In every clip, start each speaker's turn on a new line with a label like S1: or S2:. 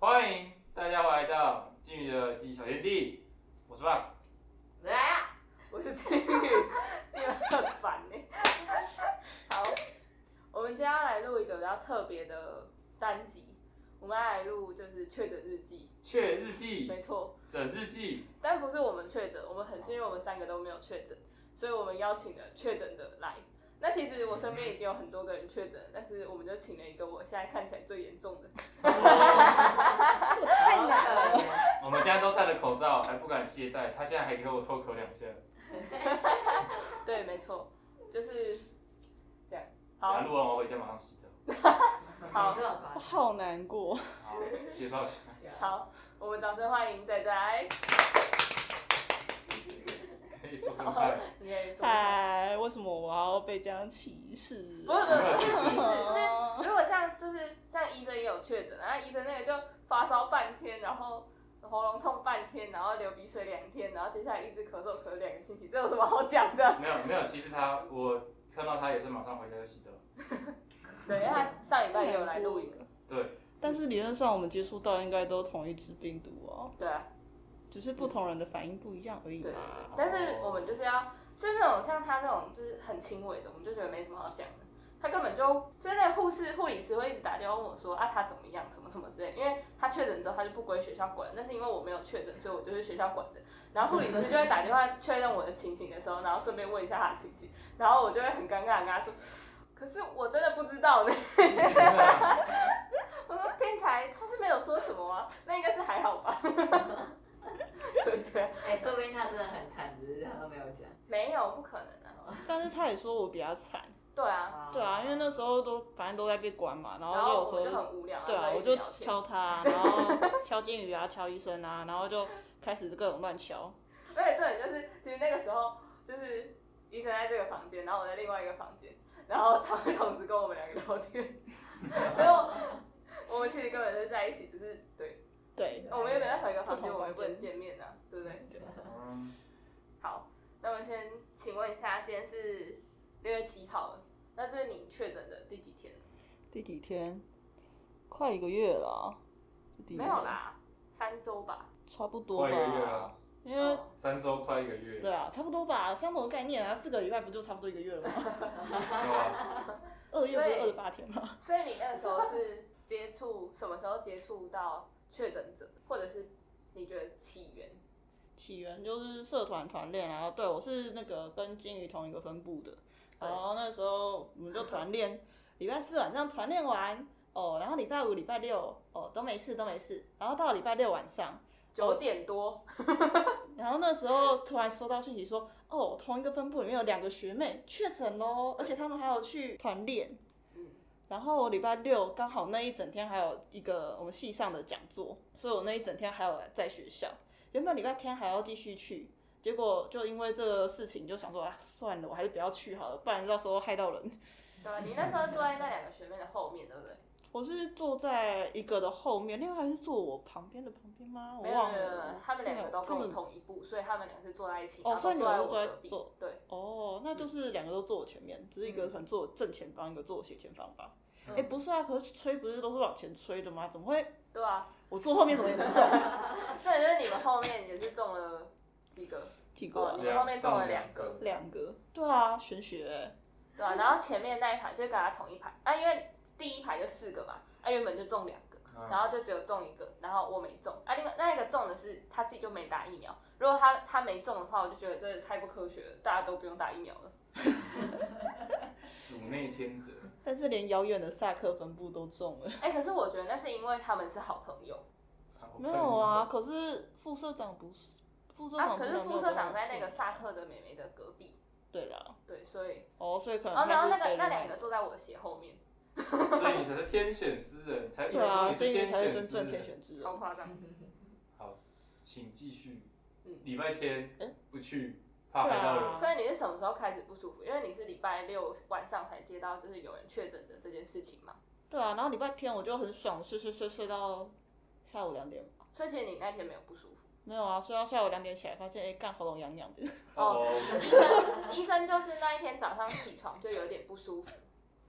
S1: 欢迎大家来到金鱼的记忆小天地，我是 Max。
S2: 啊！
S3: 我是金鱼，你们很烦呢、好，我们今天要来录一个比较特别的单集，我们要来录就是确诊日记，
S1: 确日记
S3: 没错，
S1: 整日记，
S3: 但不是我们确诊，我们很幸运，我们三个都没有确诊，所以我们邀请了确诊的来。那其实我身边已经有很多个人确诊，但是我们就请了一个我现在看起来最严重的，
S2: 太难了。
S1: 我们现在都戴着口罩，哎还不敢懈怠。他现在还给我偷咳两下，
S3: 对，没错，就是这样。
S1: 等下
S3: 好，
S1: 录完我回家马上洗澡。
S3: 好，
S2: 好
S4: 我好难过。
S1: 好，介绍一下，
S3: 好，我们掌声欢迎仔仔，
S1: 可以说生态。
S3: 你可以说一下。
S4: 嗨，为什么我要被这样歧视？
S3: 不是不是不是歧 视，
S4: 哦
S3: 是如果像就是像医生也有确诊，然后医生那个就发烧半天，然后喉咙痛半天，然后流鼻水两天，然后接下来一直咳嗽咳两个星期，这有什么好讲的？
S1: 没有没有，其实他我看到他也是马上回家就洗澡。
S3: 对，因为他上礼拜也有来录影，
S1: 对，
S4: 但是理论上我们接触到应该都同一只病毒哦，
S3: 对啊，
S4: 只是不同人的反应不一样而已
S3: 对对对
S4: 嘛。，
S3: 但是我们就是要就是那种像他那种就是很轻微的，我们就觉得没什么好讲的。他根本就就是那个护士、护理师会一直打电话问我说啊，他怎么样，什么什么之类的。因为他确诊之后，他就不归学校管，但是因为我没有确诊，所以我就是学校管的。然后护理师就会打电话确认我的情形的时候，然后顺便问一下他的情形，然后我就会很尴尬的跟他说，可是我真的不知道呢。 我说听起来他是没有说什么啊，那应该是还好吧。 就是这样，
S2: 哎，说不定他真的很惨，只是他都没有讲。
S3: 没有不可能啊。
S4: 但是他也说我比较惨，
S3: 对啊，
S4: 对哦啊，因为那时候都反正都在被关嘛，然
S3: 然后
S4: 后
S3: 我
S4: 又有
S3: 就
S4: 时候。
S3: 很无聊啊，
S4: 对啊，我
S3: 就
S4: 就
S3: 一直聊天
S4: 敲他，然后敲金鱼啊，敲医生啊，然后就开始各种乱敲。
S3: 而且重点就是，其实那个时候就是医生在这个房间，然后我在另外一个房间，然后他会同时跟我们两个聊 天，然后我们其实根本就是在一起，只是对，
S4: 对，
S3: 我们原本在同一个房
S4: 不
S3: 间，
S4: 同
S3: 我
S4: 房
S3: 们
S4: 间
S3: 不能见面啊，对不对？
S1: 嗯，
S3: 好，那我们先请问一下，今天是六月七号了，那这是你确诊的第几天了？
S4: 第几天？快一个月了啊，第一
S3: 没有，啦，三周吧。
S4: 差不多吧。
S1: 快一个月啊了
S4: 因为
S3: 哦
S1: 三周快一个月，
S4: 对啊，差不多吧，相同的概念啊，四个礼拜不就差不多一个月 了吗？
S1: 对吧？
S4: 二月不是
S3: 所
S4: 二
S3: 以
S4: 十八天吗？
S3: 所以你那个时候是接触什么时候接触到确诊者，或者是你觉得起源？
S4: 起源就是社团团练啊，然后对我是那个跟金鱼同一个分部的，
S3: 对
S4: 然后那时候我们就团练， 礼拜四晚上团练完哦，然后礼拜五、礼拜六哦都没事都没事，然后到礼拜六晚上，
S3: 九点多，
S4: 然后那时候突然收到讯息说，哦，同一个分部里面有两个学妹确诊喽，而且他们还有去团练。
S3: 嗯，
S4: 然后我礼拜六刚好那一整天还有一个我们系上的讲座，所以我那一整天还有在学校。原本礼拜天还要继续去，结果就因为这个事情就想说啊，算了，我还是不要去好了，不然到时候害到人。
S3: 对啊，你那时候坐在那两个学妹的后面，对不 对？
S4: 我是坐在一个的后面，另外还是坐我旁边的旁边吗？我
S3: 没有
S4: 忘
S3: 没有没有
S4: 了，。
S3: 他们两个都跟我
S4: 根本
S3: 同一步，所以他们两个是坐在一起，
S4: 哦
S3: 然后
S4: 所以你
S3: 坐在
S4: 们都
S3: 我
S4: 坐在
S3: 隔壁
S4: 坐。
S3: 对，嗯
S4: 哦，那就是两个都坐我前面，只是一个可能坐我正前方，一个坐我斜前方吧。哎、
S3: 嗯
S4: 不是啊，可是吹不是都是往前吹的吗？怎么会
S3: 对啊，
S4: 我坐后面怎么也能中？
S3: 这也就是你们后面也是中了几 个，
S4: 提过
S3: 哦，
S4: 啊
S3: 你们后面中了两
S1: 中了
S3: 个
S1: 两，
S4: 两个，对啊，玄学欸、
S3: 对啊，然后前面那一排就跟他同一排，啊，因为第一排就四个嘛，啊，原本就中两个。然后就只有中一个，然后我没中。啊，另外那一个中的是他自己就没打疫苗。如果他他没中的话，我就觉得这太不科学了，大家都不用打疫苗了。
S1: 主内天择，
S4: 但是连遥远的萨克分部都中了。
S3: 哎、可是我觉得那是因为他们是好朋友
S1: 好
S4: 没有啊，，可是副社长不是副社
S3: 啊，
S4: 长不
S3: 可是
S4: 能没有
S3: 副
S4: 跟我们过、嗯
S3: 社长在那个萨克的妹妹的隔壁，
S4: 对啦，
S3: 对，所以
S4: 哦，所以可能
S3: 哦，然后
S4: 他
S3: 那
S4: 是
S3: 个
S4: 被
S3: 那
S4: 另外
S3: 两个坐在我的斜后面，
S1: 所以你才是天选之人，才
S4: 对啊，所以你
S1: 你
S4: 才是真正天。选之人
S3: 超。夸
S4: 嗯
S3: 张。
S1: 好，请继续
S3: 嗯。
S1: 礼拜天
S4: 嗯
S1: 不去，怕害到人。
S3: 所以你是什么时候开始不舒服？因为你是礼拜六晚上才接到就是有人确诊的这件事情嘛，
S4: 对啊，然后礼拜天我就很爽，睡睡睡睡到下午两点吧。
S3: 所以其实你那天没有不舒服。
S4: 没有啊，睡到下午两点起来，发现哎，干喉咙 痒痒的。
S3: 哦
S1: 哦，
S3: 医生医生就是那一天早上起床就有点不舒服，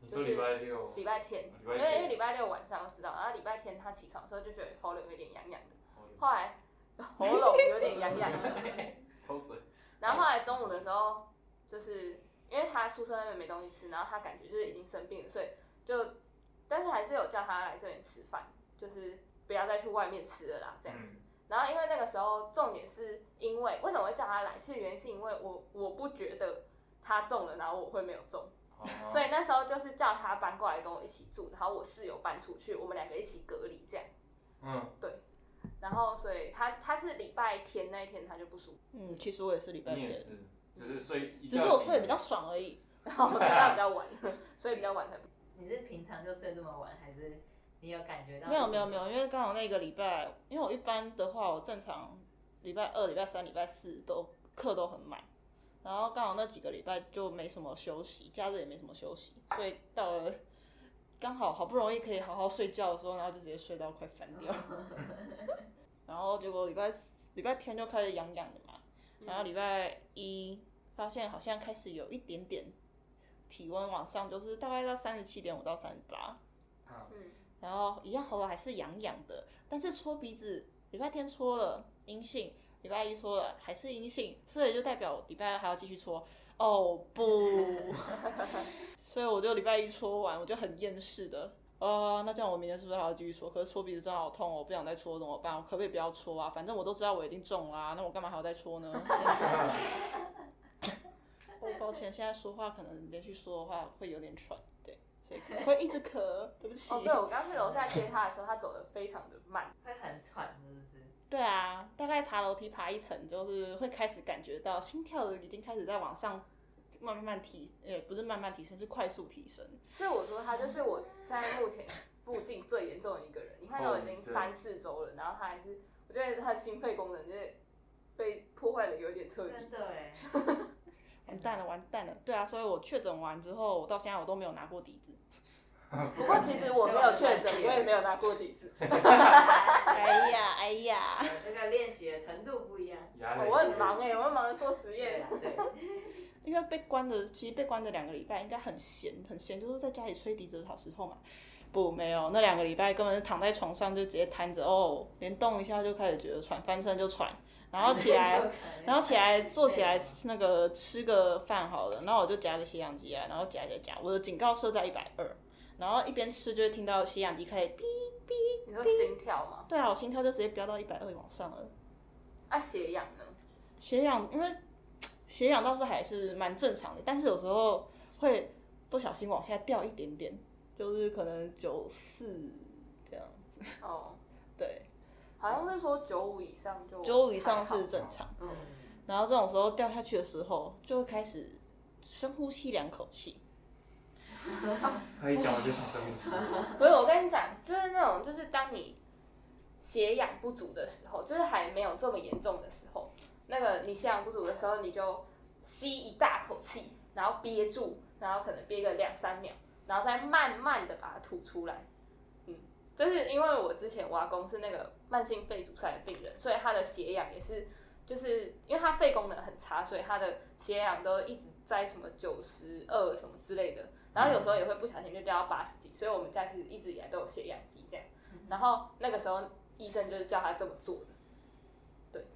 S1: 你说礼拜六，
S3: 礼拜天，
S1: 哦礼
S3: 因为
S1: 拜
S3: 因
S1: 天
S3: 为礼拜六晚上我知道，然后礼拜天他起床的时候就觉得喉咙有点痒痒的，后来喉咙有点痒痒的，
S1: 偷嘴，
S3: 然后后来中午的时候，就是因为他宿舍那边没东西吃，然后他感觉就是已经生病了，所以就但是还是有叫他来这边吃饭，就是不要再去外面吃了啦，这样子。
S1: 嗯
S3: 然后因为那个时候，重点是因为为什么会叫他来，是原因是因为我我不觉得他中了，然后我会没有中，
S1: 好啊
S3: 所以那时候就是叫他搬过来跟我一起住，然后我室友搬出去，我们两个一起隔离这样。
S1: 嗯，
S3: 然后所以他他是礼拜天那一天他就不舒服，
S4: 嗯，其实我也是礼拜
S1: 你也
S4: 天，
S1: 是，就是睡，一
S4: 只
S1: 觉
S4: 是我
S1: 醒
S4: 睡得
S1: 来
S4: 比较爽而已。
S3: 然后我睡到比较晚，所以比较晚才
S2: 你是平常就睡这么晚，还是你有感觉到？
S1: 啊
S4: 没有没有没有，因为刚好那个礼拜，因为我一般的话，我正常礼拜二、礼拜三、礼拜四都课都很满，然后刚好那几个礼拜就没什么休息，假日也没什么休息，所以到了刚好好不容易可以好好睡觉的时候，然后就直接睡到快翻 掉。然后结果礼拜四礼拜天就开始痒痒的嘛，
S3: 嗯
S4: 然后礼拜一发现好像开始有一点点体温往上，就是大概到三十七点五到三十八。
S1: 啊
S3: 嗯
S4: 然后一样喉咙还是痒痒的，但是搓鼻子，礼拜天搓了阴性，礼拜一搓了还是阴性，所以就代表礼拜二还要继续搓。哦 不，所以我就礼拜一搓完，我就很厌世的。哦，那这样我明天是不是还要继续搓？可是搓鼻子真的好痛哦，我不想再搓怎么办？我可不可以不要搓啊？反正我都知道我已经中啦、那我干嘛还要再 搓呢？哦，抱歉，现在说话可能连续说的话会有点喘，对，所以可能会一直咳，对不起。
S3: 哦，对，我刚去楼下接他的时候，他走的非常的慢，
S2: 会很喘，是不是？
S4: 对啊，大概爬楼梯爬一层，就是会开始感觉到心跳已经开始在往上慢慢提，呃，不是慢慢提升，是快速提升。
S3: 所以我说他就是我现在目前附近最严重的一个人。你看到已经三四周了，然后他还是，我觉得他的心肺功能就是被破坏的有点彻底
S2: 真。的哎，
S4: 完蛋了，完蛋了！对啊，所以我确诊完之后，我到现在我都没有拿过笛子。
S3: 不过其实我没有确诊，我也没有拿过底子，
S4: 哎呀，哎呀，
S2: 这个练习的程度不一样。
S1: 牙
S3: 我很忙哎、我很忙着做实
S2: 对
S3: 验
S2: 啦，对，
S4: 因为被关着，其实被关着两个礼拜，应该很闲，很闲，就是在家里吹笛子的好时候嘛。不，没有，那两个礼拜根本是躺在床上就直接瘫着，哦，连动一下就开始觉得喘，翻身就喘，然后起来然后起来坐起来吃那个吃个饭好了，然后我就夹着吸氧机啊，然后夹夹夹，我的警告设在一百二，然后一边吃就会听到吸氧机开始哔，
S3: 你说心跳吗？
S4: 对啊，我心跳就直接飙到一百二往上了。
S3: 啊，血氧呢？
S4: 血氧嗯因为嘖血氧倒是还是蛮正常的，但是有时候会不小心往下掉一点点，就是可能九四这样，
S3: 哦，
S4: 对，
S3: 好像是说九五以上就
S4: 九五以上
S3: 还
S4: 是
S3: 好
S4: 正常。
S2: 嗯，
S4: 然后这种时候掉下去的时候，就会开始深呼吸两口气。
S1: 他一讲我就想生病吃，
S3: 不是，我跟你讲，就是那种，就是当你血氧不足的时候，就是还没有这么严重的时候，那个你血氧不足的时候，你就吸一大口气，然后憋住，然后可能憋个两三秒，然后再慢慢的把它吐出来。嗯，就是因为我之前我阿公是那个慢性肺阻塞的病人，所以他的血氧也是，就是因为他肺功能很差，所以他的血氧都一直在什么九十二什么之类的。然后有时候也会不小心就掉到八十几，所以我们家其实一直以来都有血氧机这样。然后那个时候医生就是叫他这么做的，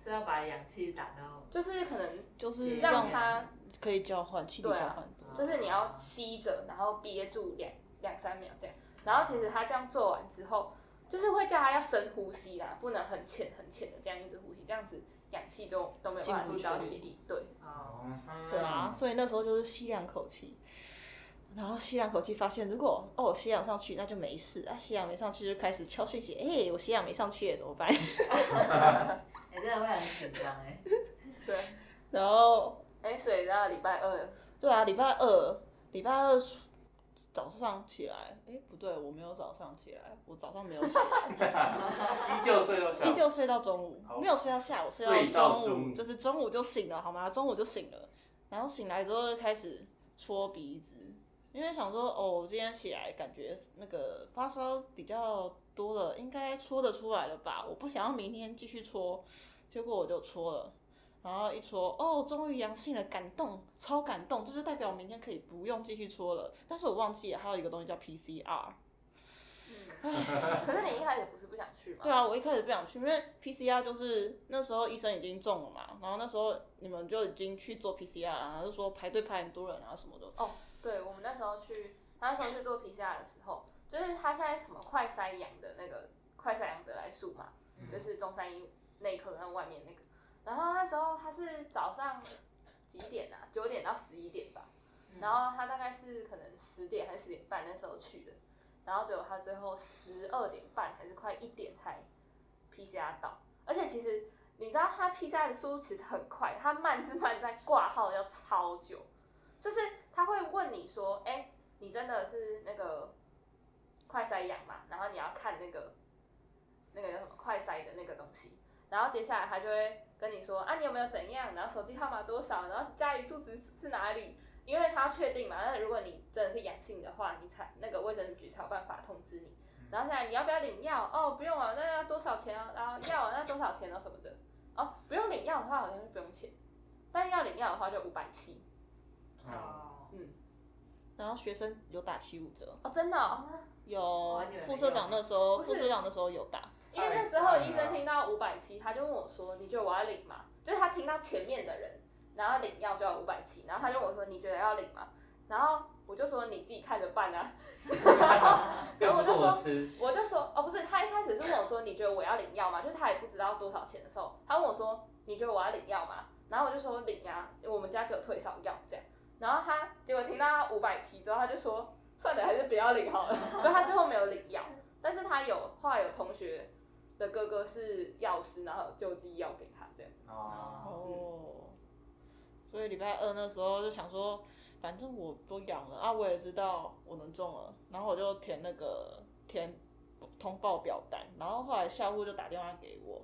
S2: 是要把氧气打到，
S3: 就是可能
S4: 就是
S3: 让他
S4: 可以交换，气体
S3: 对啊
S4: 交换。
S3: 就是你要吸着，然后憋住两两三秒这样。然后其实他这样做完之后，就是会叫他要深呼吸啦，不能很浅很浅的这样一直呼吸，这样子氧气都都没有办法进到血液。对，
S2: 哦，
S1: 哦
S4: 对啊，，所以那时候就是吸两口气，然后吸两口气，发现如果哦我吸氧上去，那就没事；啊吸氧没上去，就开始敲讯息，哎、我吸氧没上去耶，怎么办？
S2: 你真的会很紧张哎，
S4: 然后
S3: 哎，所以到礼拜二，
S4: 对啊，礼拜二，礼拜二出早上起来，哎、不对，我没有早上起来，我早上没有起来，
S1: 依旧睡到下
S4: 依
S1: 午，
S4: 旧睡到中午，
S1: 好
S4: 没有睡到下午，睡到
S1: 睡到
S4: 中午，
S1: 中午
S4: 就是中午就醒了，好吗？中午就醒了，然后醒来之后就开始搓鼻子，因为想说，哦，我今天起来感觉那个发烧比较多了，应该搓得出来了吧？我不想要明天继续搓，结果我就搓了，然后一戳，哦，终于阳性了，感动，超感动，这就代表我明天可以不用继续戳了。但是我忘记了还有一个东西叫 PCR。
S3: 嗯可是你一开始不是不想去吗？
S4: 对啊，我一开始不想去，因为 PCR 就是那时候医生已经中了嘛，然后那时候你们就已经去做 PCR，了然后就说排队排很多人啊什么的。
S3: 对，我们那时候去，他那时候去做 PCR 的时候，就是他现在什么快筛阳的那个快筛阳得来速嘛，就是中山医内科跟外面那个。然后那时候他是早上几点啊？九点到十一点吧。然后他大概是可能十点还是十点半那时候去的，然后结果他最后十二点半还是快一点才 PCR 到，而且其实你知道他 PCR 的速度其实很快，他慢是慢在挂号要超久，就是他会问你说，哎、你真的是那个快筛阳嘛？然后你要看那个那个叫什么快筛的那个东西，然后接下来他就会跟你说啊，你有没有怎样？然后手机号码多少？然后家里住址是哪里？因为他要确定嘛，那如果你真的是阳性的话，你才那个卫生局才有办法通知你。然后现在你要不要领药？哦，不用啊，那要多少钱啊？然后药啊，那多少钱啊什么的？哦，不用领药的话好像是不用钱，但要领药的话就五百七
S1: 嗯，
S2: 哦，
S4: 然后学生有打七五折，
S3: 哦，真的哦、
S4: 有
S2: 你们
S4: 副社长那时候，
S3: 不是
S4: 副社长那时候有打，
S3: 因为那时候医生听到五百七，他就问我说：“你觉得我要领吗？”就是他听到前面的人，然后领药就要五百七，然后他就问我说：“你觉得要领吗？”然后我就说：“你自己看着办啊。”
S1: 又
S3: 然后
S1: 不
S3: 我
S1: 是
S3: 就说
S1: 我吃，
S3: 我就说哦，不是，他一开始是问我说你觉得我要领药吗？就是他也不知道多少钱的时候，他问我说你觉得我要领药吗？然后我就说领啊，我们家只有退烧药这样。然后他结果听到他五百七之后，他就说算了，还是不要领好了。 所以他最后没有领药，但是他有后来有同学的哥哥是药师，然后有救济药给他这样。
S1: 哦，
S4: 哦，所以礼拜二那时候就想说，反正我都阳了啊，我也知道我能中了，然后我就填那个填通报表单，然后后来校护就打电话给我。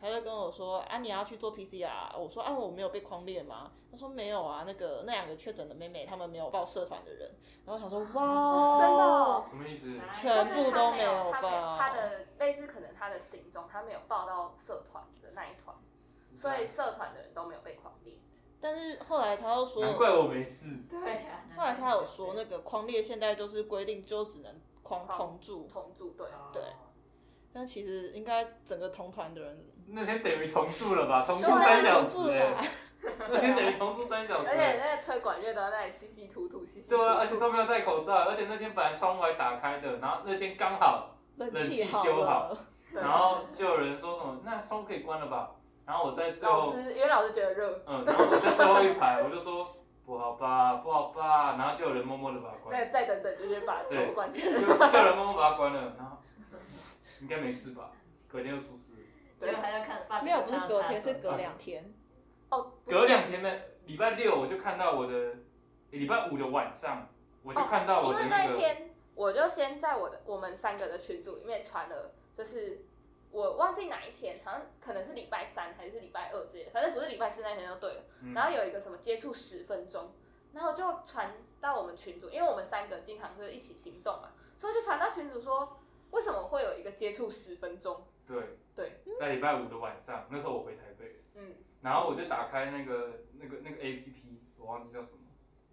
S4: 他就跟我说啊，你要去做 PCR？我说啊，我没有被框列吗？他说没有啊，那个那两个确诊的妹妹，他们没有报社团的人。然后我想说哇哦，
S3: 真的哦
S1: 什么意思？
S4: 全部都没
S3: 没
S4: 有
S3: 他没有
S4: 报
S3: 他的类似可能他的行踪，他没有报到社团的那一团，所以社团的人都没有被狂列。
S4: 但是后来他又说，
S1: 难怪我没事。
S2: 对呀、啊。
S4: 后来他有
S1: 嗯
S4: 说那个框列现在都是规定，就只能框同住，
S3: 同住对，
S2: 对，
S4: 但其实应该整个同团的人
S1: 那天等于同住了吧？同住
S4: 对啊
S1: 三小时
S4: 同住了吧
S1: 哎，那天等于同住三小时
S3: 而且
S1: 欸。
S3: 那个吹管乐都在那里稀稀突突，稀稀突
S1: 对
S3: 突。
S1: 啊，而且都没有戴口罩，而且那天本来窗户还打开的，然后那天刚好，
S4: 冷
S1: 冷
S4: 气
S1: 气
S4: 好
S1: 修好
S4: 了，
S3: 对
S1: 然后就有人说什么，那窗户可以关了吧？然后我在最
S3: 老
S1: 后，
S3: 师，因为老师觉得热，
S1: 嗯，然后我在最后一排，我就说不好吧，不好吧，然后就有人默默的把它关，
S3: 那再等等就是把窗户关起
S1: 就
S3: 来。
S1: 就有人默默把它关了，然后应该没事吧？隔天就出事了，
S2: 结果他要看爸爸
S4: 没有不是隔天，是
S1: 隔
S4: 隔两天。
S3: 哦，不是
S1: 隔两天的礼拜六我就看到我的，礼拜五的晚上我就看到我
S3: 哦因
S1: 的
S3: 为
S1: 那
S3: 那一
S1: 个，
S3: 天我就先在我的我们三个的群组里面传了，就是我忘记哪一天，好像可能是礼拜三还是礼拜二之类的，反正不是礼拜四那天就对了。
S1: 嗯
S3: 然后有一个什么接触十分钟，然后就传到我们群主，因为我们三个经常就是一起行动嘛，所以就传到群主说，为什么会有一个接触十分钟？
S1: 对
S3: 对，
S1: 在礼拜五的晚上，那时候我回台北，
S3: 嗯
S1: 然后我就打开那个那个那个 A P P，我忘记叫什么。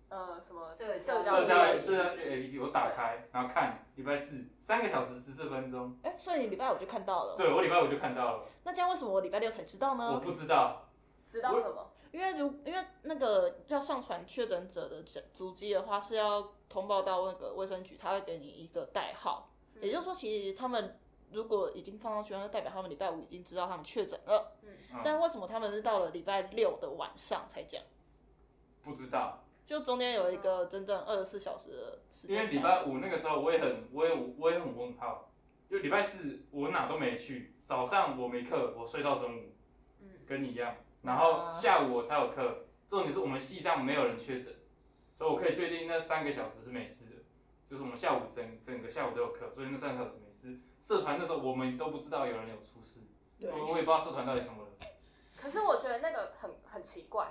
S3: 呃，什么
S2: 社交
S3: 社交
S1: 社
S3: 媒
S1: 交
S3: 体
S1: 社交 APP 我呃打开，然后看礼拜四三个小时十四分钟，
S4: 哎，所以你礼拜五就看到了。
S1: 对我礼拜五就看到了，
S4: 那这样为什么我礼拜六才知道
S1: 我
S4: 呢？
S1: 不知道，
S3: 知道什么？
S4: 因为如因为那个要上传确诊者的足足迹的话，是要通报到那个卫生局，他会给你一个代号。
S3: 嗯
S4: 也就是说，其实他们如果已经放上去，那就代表他们礼拜五已经知道他们确诊了。
S3: 嗯
S1: 嗯
S4: 但为什么他们是到了礼拜六的晚上才讲？
S1: 不知道，
S4: 就中间有一个整整二十四小时的时
S1: 因为
S4: 间
S1: 礼
S4: 差。
S1: 拜五那个时候我也很我也我也很问号，就礼拜四我哪都没去，早上我没课，我睡到中午，
S3: 嗯，
S1: 跟你一样，然
S4: 啊
S1: 后下午我才有课，重点是我们系上没有人确诊，所以我可以确定那三个小时是没事的，就是我们下午整整个下午都有课，所以那三个小时没事。社团那时候我们都不知道有人有出事，
S4: 对
S1: 我我也不知道社团到底怎么了。
S3: 可是我觉得那个很很奇怪，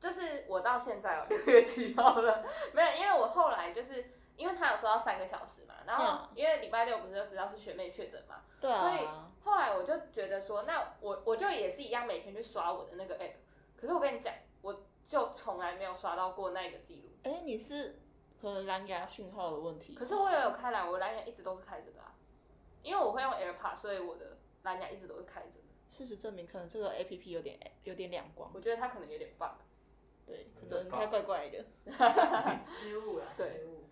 S3: 就是我到现在哦， 六月七号了，没有，因为我后来就是因为他有说到三个小时嘛，然后因为礼拜六不是就知道是学妹确诊嘛，
S4: 对
S3: 所以
S4: 啊，
S3: 后来我就觉得说，那我我就也是一样，每天去刷我的那个 app，可是我跟你讲，我就从来没有刷到过那个记录。
S4: 哎、你是可能蓝牙讯号的问题
S3: 可，是我也有开蓝，我蓝牙一直都是开着的啊，因为我会用 AirPod，所以我的蓝牙一直都是开着的。
S4: 事实证明可能这个 A P P 有点有点两光，
S3: 我觉得它可能有点 bug。
S4: 对，可
S1: 有
S4: 能
S1: 点
S4: 它
S1: box
S4: 怪怪的。
S2: 失误啦，
S3: 对
S2: 失误。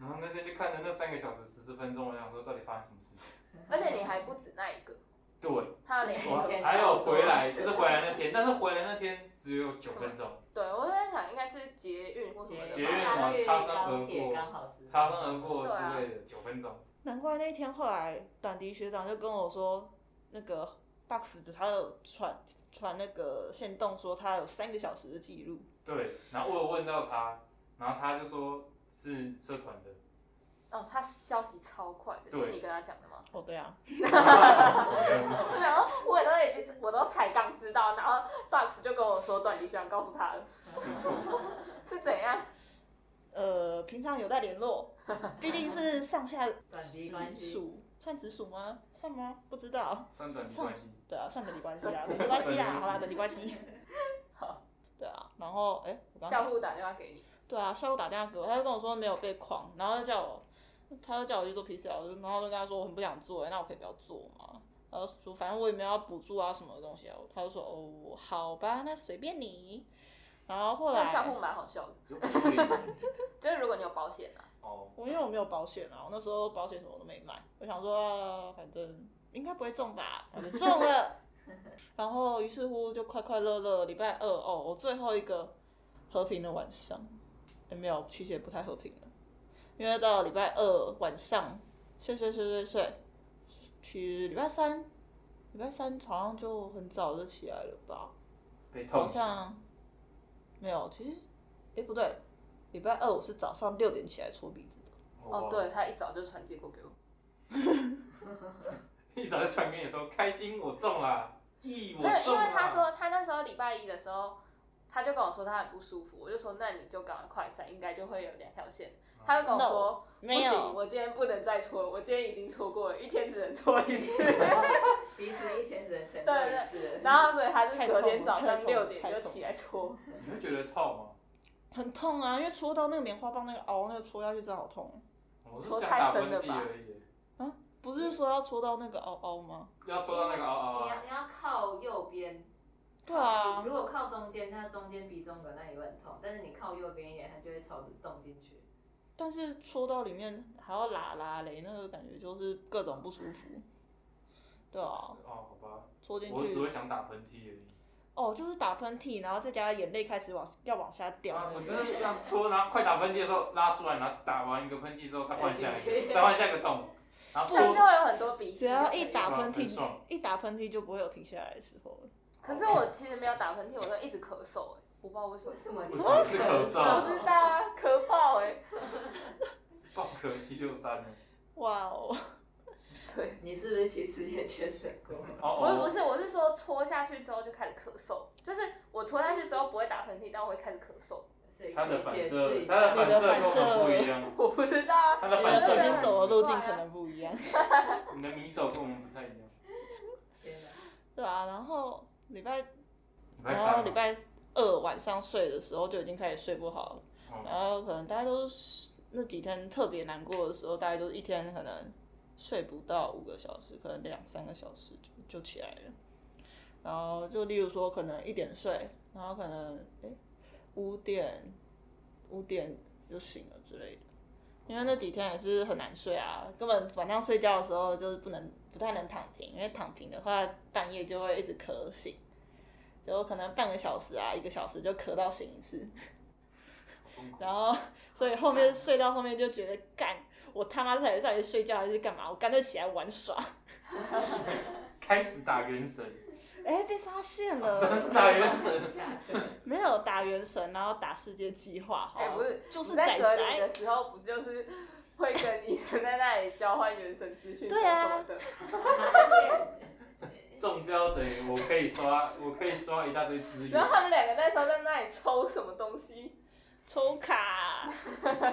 S1: 然后那天就看着那三个小时十四分钟，我想说到底发生什么事情？
S4: 嗯
S3: 而且你还不止那一个，
S1: 对，
S3: 它有两
S2: 我
S3: 个。
S2: 天
S1: 还
S2: 差
S1: 有
S2: 不多
S1: 回来，就是回来那天，但是回来那天只有九分钟，
S3: 对，我就在想应该是捷运或什么
S1: 捷
S3: 的
S1: 运
S3: 吧。
S1: 啊擦身而
S2: 高铁
S1: 过
S2: 刚好十，
S1: 擦身而。过之类的，九分钟。
S4: 难怪那天后来短笛学长就跟我说，那个 Box 他有传传那个线动说他有三个小时的记录，
S1: 对，然后我有问到他，然后他就说是社团的，
S3: 哦，他消息超快的，是
S1: 对
S3: 你跟他讲的吗？哦
S4: 哦对啊，
S1: 哦
S3: 我想说，我都已经我都才刚知道，然后 Box 就跟我说段迪轩告诉他 了，是怎样？
S4: 呃，平常有在联络，毕竟是上下
S2: 短笛 关系
S4: 直属，算直属吗？算吗？不知道，
S1: 算短期关系，
S4: 对啊，算等级关系啦，等级关系啦，啊好啦，等级关 系。
S3: 好，
S4: 对啊，然后哎，我刚
S3: 校
S4: 刚
S3: 户打电话给你，
S4: 对啊，下午打电话给我，他就跟我说没有被框，然后就叫我，他就叫我去做 PCR，然后就跟他说我很不想做、欸那我可以不要做嘛。然后说反正我也没有要补助啊什么东西啊，他就说哦好吧，那随便你。然后后
S3: 那校
S4: 来
S3: 户蛮好笑的，
S1: 就不处理
S3: 就是如果你有保险啊，
S1: 哦，
S4: 我因为我没有保险啊，我那时候保险什么我都没买，我想说、呃反正应该不会中吧，我就中了。 然后于是乎就快快乐乐，礼拜二哦，我最后一个和平的晚上，也没有，其实也不太和平了，因为到礼拜二晚上睡睡睡睡睡，去礼拜三，礼拜三好像就很早就起来了吧，
S1: 被痛
S4: 好。像没有，其实诶不对，礼拜二我是早上六点起来搓鼻子的。
S3: 哦，，对他一早就传结果给我，
S1: 一早就传给你说开心我中了，咦我
S3: 没有，因
S1: 中
S3: 为
S1: 了，
S3: 他
S1: 啊
S3: 说他那时候礼拜一的时候，他就跟我说他很不舒服，我就说那你就赶快快闪，应该就会有两条线，他就跟我说不
S4: 没有
S3: 行，我今天不能再搓了，我今天已经搓过了，一天只能搓一次。
S2: 彼此一天只能存
S3: 对
S2: 在
S3: 对
S2: 一次。
S3: 然后所以他就
S4: 太
S3: 隔
S4: 痛
S3: 天
S4: 了
S3: 早
S4: 太
S3: 上
S4: 痛
S3: 六
S4: 了
S3: 点
S4: 太
S3: 就
S4: 痛
S3: 起来搓，
S1: 你会觉得痛吗？
S4: 很痛啊，因为戳到那个棉花棒那个凹，那个戳下去真的好痛。
S1: 我是想打喷嚏而已，
S4: 不是说要戳到那个凹凹吗？
S1: 要戳到那个凹凹
S2: 你
S1: 啊，
S2: 要你要靠右边，
S4: 对啊，
S2: 如果靠中间，那中间鼻中隔那里会很痛，但是你靠右边一点，它就会朝着洞进去。
S4: 但是戳到里面还要拉拉嘞，那个感觉就是各种不舒服。对啊，
S1: 哦，好吧，
S4: 戳进
S1: 我只
S4: 去
S1: 会想打喷嚏而已。
S4: 哦，就是打喷嚏，然后再加上眼泪开始往要往下掉
S1: 啊，
S4: 那
S1: 我
S4: 个
S1: 真的是这样搓，然后快打喷嚏的时候拉出来，然后打完一个喷嚏之后再换下一个，再换下一个洞，然后
S3: 这样就
S1: 搓，
S3: 会有很多鼻涕。
S4: 只要一打
S1: 哇
S4: 喷
S1: 很
S4: 嚏
S1: 爽，
S4: 一打喷嚏就不会有停下来的时候了。
S3: 可是我其实没有打喷嚏，我都一直咳嗽、欸，我不知道为什么
S2: 为。什么
S1: 不
S2: 你
S1: 是
S4: 哦
S1: 是咳嗽
S3: 我不知道 啊，咳爆哎、
S1: 爆壳七六三呢？
S4: 哇哦，
S3: 对，
S2: 你是不是其实也确诊过？
S1: 哦
S3: 不是不
S1: 哦，
S3: 是，我是说搓下去之后就开始咳嗽，就是我搓下去之后不会打喷嚏，但我会开始咳嗽。
S2: 所以
S1: 哦他
S2: 可
S1: 的
S2: 以
S1: 反
S2: 解
S1: 射
S2: 释，一
S1: 他的
S2: 下。
S1: 反射跟 我们不一样，
S3: 我不知道啊，
S1: 他的
S4: 你
S1: 反
S4: 的
S1: 射
S4: 手
S1: 跟
S4: 筋走的路径可能不一样。
S1: 你的迷走跟我们不太一样。
S2: 天哪
S4: 对啊，然后礼拜，
S1: 礼拜
S4: 然后
S1: 三
S4: 礼
S1: 嘛，
S4: 拜二晚上睡的时候就已经开始睡不好了。然
S1: 哦
S4: 后可能大家都是那几天特别难过的时候，大概都是一天可能睡不到五个小时，可能两三个小时就就起来了。然后就例如说，可能一点睡，然后可能哎五点五点就醒了之类的。因为那几天也是很难睡啊，根本晚上睡觉的时候就是不能不太能躺平，因为躺平的话半夜就会一直咳醒，就可能半个小时啊一个小时就咳到醒一次。
S1: 好痛苦
S4: 然后，所以后面睡到后面就觉得干，我他妈在在睡觉还是干嘛？我干脆起来玩耍。
S1: 开始打原神，
S4: 哎，被发现
S1: 啊真的
S4: 了，
S1: 是打原神，
S2: 假的
S4: 没有打原神，然后打世界计划，好
S3: 哎、不是，
S4: 就是
S3: 你在
S4: 仔
S3: 隔离
S4: 仔。
S3: 的时候不就是会跟医生在那里交换眼神资讯什
S4: 对啊
S3: 么的？
S1: 中标等于我可以刷，我可以刷一大堆资
S3: 然
S1: 源，
S3: 后他们两个那时候在那里抽什么东西，
S4: 抽卡，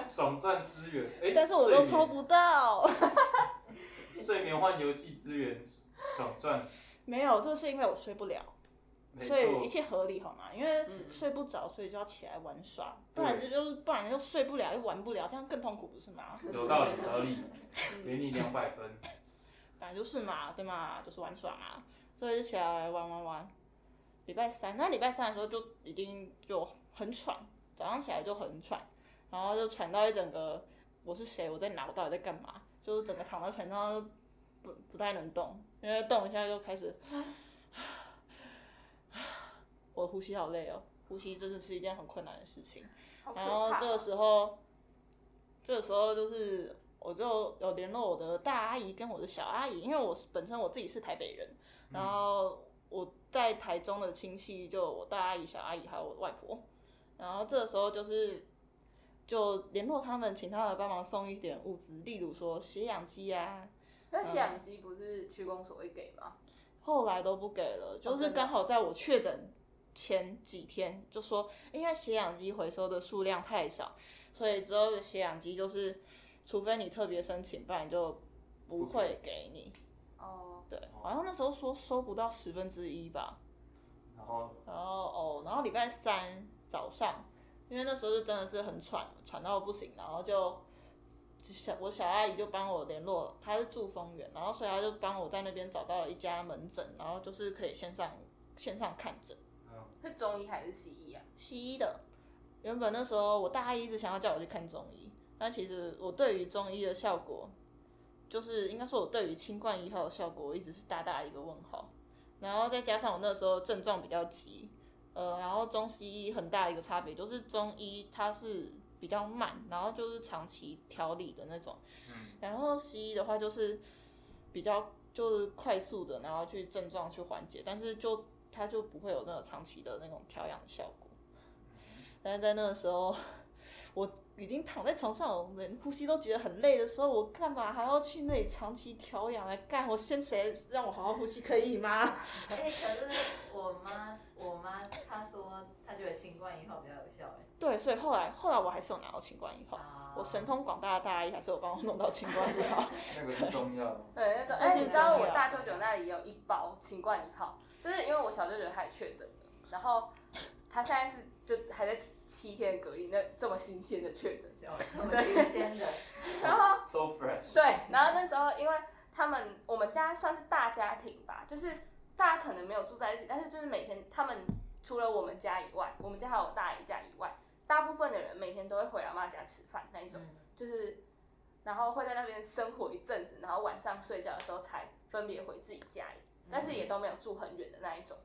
S1: 爽赚资源。哎，
S4: 但是我都抽不到。
S1: 睡眠睡眠换游戏资源，爽赚。
S4: 没有，这是因为我睡不了。
S1: 没
S4: 所以一
S1: 错，
S4: 切合理好吗？因为
S3: 嗯
S4: 睡不着，所以就要起来玩耍，不
S1: 对
S4: 然就就不然就睡不了，又玩不了，这样更痛苦，不是吗？
S1: 有道理，合理，
S3: 嗯
S1: 给你两百分。
S4: 本来就是嘛，对嘛，就是玩耍嘛，所以就起来玩玩玩。礼拜三，那礼拜三的时候就已经就很喘，早上起来就很喘，然后就喘到一整个我是谁，我在哪，我到底在干嘛，就是整个躺在床上都不不太能动，因为动一下就开始，我呼吸好累哦，呼吸真的是一件很困难的事情。
S3: 好可
S4: 然后
S3: 怕
S4: 哦这个时候，这个时候就是我就有联络我的大阿姨跟我的小阿姨，因为我是本身我自己是台北人，
S3: 嗯
S4: 然后我在台中的亲戚就有我大阿姨、小阿姨还有我外婆，然后这个时候就是就联络他们，请他们帮忙送一点物资，例如说血氧机啊。
S3: 那洗氧机不是区公所会给吗？
S4: 后来都不给了，就
S3: 真
S4: 是
S3: 的
S4: 刚好在我确诊前几天就说，因为血氧机回收的数量太少，所以之后的血氧机就是，除非你特别申请，不然就不会给你。
S3: 哦，
S4: 对，好像那时候说收不到十分之一吧。
S1: 然后
S4: 然后哦，然后礼拜三早上，因为那时候就真的是很喘，喘到不行，然后就小我小阿姨就帮我联络，她是住丰原，然后所以她就帮我在那边找到了一家门诊，然后就是可以线上线上看诊，
S1: 嗯
S3: 是中医还是西医啊？
S4: 西医的。原本那时候我大阿姨一直想要叫我去看中医，但其实我对于中医的效果，就是应该说我对于清冠一号的效果，我一直是大大一个问号。然后再加上我那时候症状比较急，呃，然后中西医很大一个差别就是中医它是比较慢，然后就是长期调理的那种，
S1: 嗯，
S4: 然后西医的话就是比较就是快速的，然后去症状去缓解，但是就它就不会有那个长期的那种调养的效果。但是在那个时候， 我已经躺在床上，我连呼吸都觉得很累的时候，我干嘛还要去那里长期调养来干？我先谁让我好好呼吸可以吗？
S2: 哎、可是我妈，我妈她说她觉得清冠一号比较有效哎、
S4: 对，所以后来后来我还是有拿到清冠一号，
S2: 啊
S4: 我神通广大的大一还是有帮我弄到清冠一 号。
S1: 那个是重要的。
S3: 对，那种
S4: 而
S3: 哎，
S4: 且
S3: 你知道我大舅舅那里有一包清冠一号，就是因为我小舅舅他也确诊了，然后他现在是就还在七天隔离，那这么新鲜的确诊，
S2: 有这么新鲜的，
S3: 然后
S1: So fresh。
S3: 对，然后那时候因为他们我们家算是大家庭吧，就是大家可能没有住在一起，但是就是每天他们除了我们家以外，我们家还有我大姨家以外，大部分的人每天都会回阿妈家吃饭那一种，
S2: 嗯
S3: 就是然后会在那边生活一阵子，然后晚上睡觉的时候才分别回自己家里，但是也都没有住很远的那一种。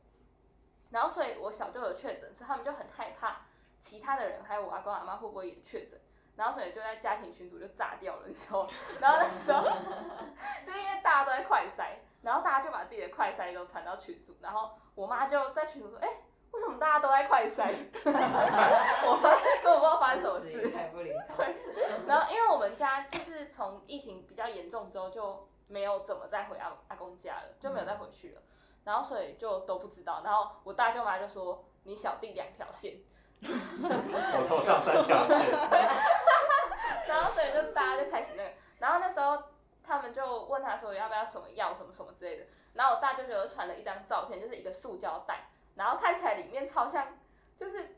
S3: 然后所以我小舅有确诊，所以他们就很害怕其他的人还有我阿公阿妈会不会也确诊。然后所以就在家庭群组就炸掉了，你知道吗？然后那时候就因为大家都在快筛，然后大家就把自己的快筛都传到群组，然后我妈就在群组说：“哎、为什么大家都在快筛？” 我妈根本不知道发生什么事。
S2: 太不灵通，
S3: 然后因为我们家就是从疫情比较严重之后就没有怎么再回阿阿公家了，就没有再回去了，然后所以就都不知道。然后我大舅妈就说你小弟两条线，
S1: 我头上三条线。
S3: 然后所以就大家就开始那个，然后那时候他们就问他说要不要什么药什么什么之类的，然后我大舅舅就传了一张照片，就是一个塑胶袋，然后看起来里面超像，就是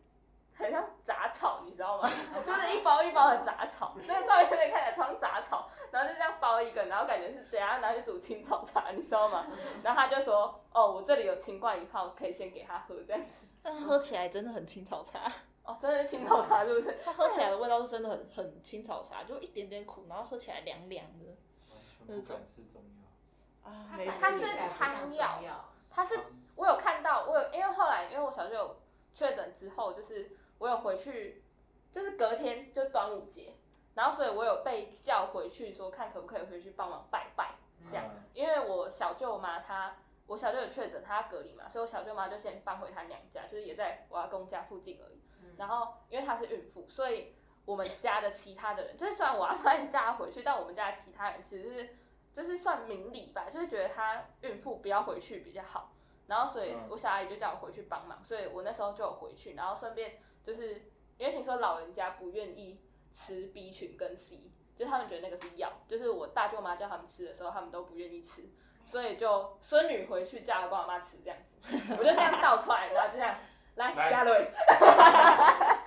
S3: 很像杂草，你知道吗？ 就是一包一包的杂草，那个照片有点看起来超像杂草，然后就这样包一个，然后感觉是等一下拿去煮青草茶，你知道吗？ 然后他就说哦，我这里有清冠一号，可以先给他喝这样子。
S4: 但它喝起来真的很青草茶，
S3: 哦，真的是青草茶是不是？
S4: 它喝起来的味道是真的很很青草茶，就一点点苦，然后喝起来凉凉的
S1: 完全不敢吃中药。
S4: 啊，
S2: 她
S4: 没事。
S3: 它是
S2: 看起来不像中
S3: 汤它是我有看到，我有因为后来因为我小舅有确诊之后，就是我有回去，就是隔天就端午节，然后所以我有被叫回去说看可不可以回去帮忙拜拜，这样
S1: 嗯
S3: 因为我小舅妈她我小舅有确诊，她要隔离嘛，所以我小舅妈就先搬回她娘家，就是也在我阿公家附近而已。
S2: 嗯
S3: 然后因为她是孕妇，所以我们家的其他的人，就是虽然我阿妈也叫她回去，但我们家的其他人其实是就是算明理吧，就是觉得她孕妇不要回去比较好。然后所以
S1: 嗯
S3: 我小阿姨就叫我回去帮忙，所以我那时候就有回去，然后顺便就是因为听说老人家不愿意吃 B 群跟 C，就是他们觉得那个是药，就是我大舅妈叫他们吃的时候，他们都不愿意吃。所以就孙女回去叫我帮我妈吃这样子， 我就这样倒出来，然后就这样来
S1: 来
S3: 嘉伦，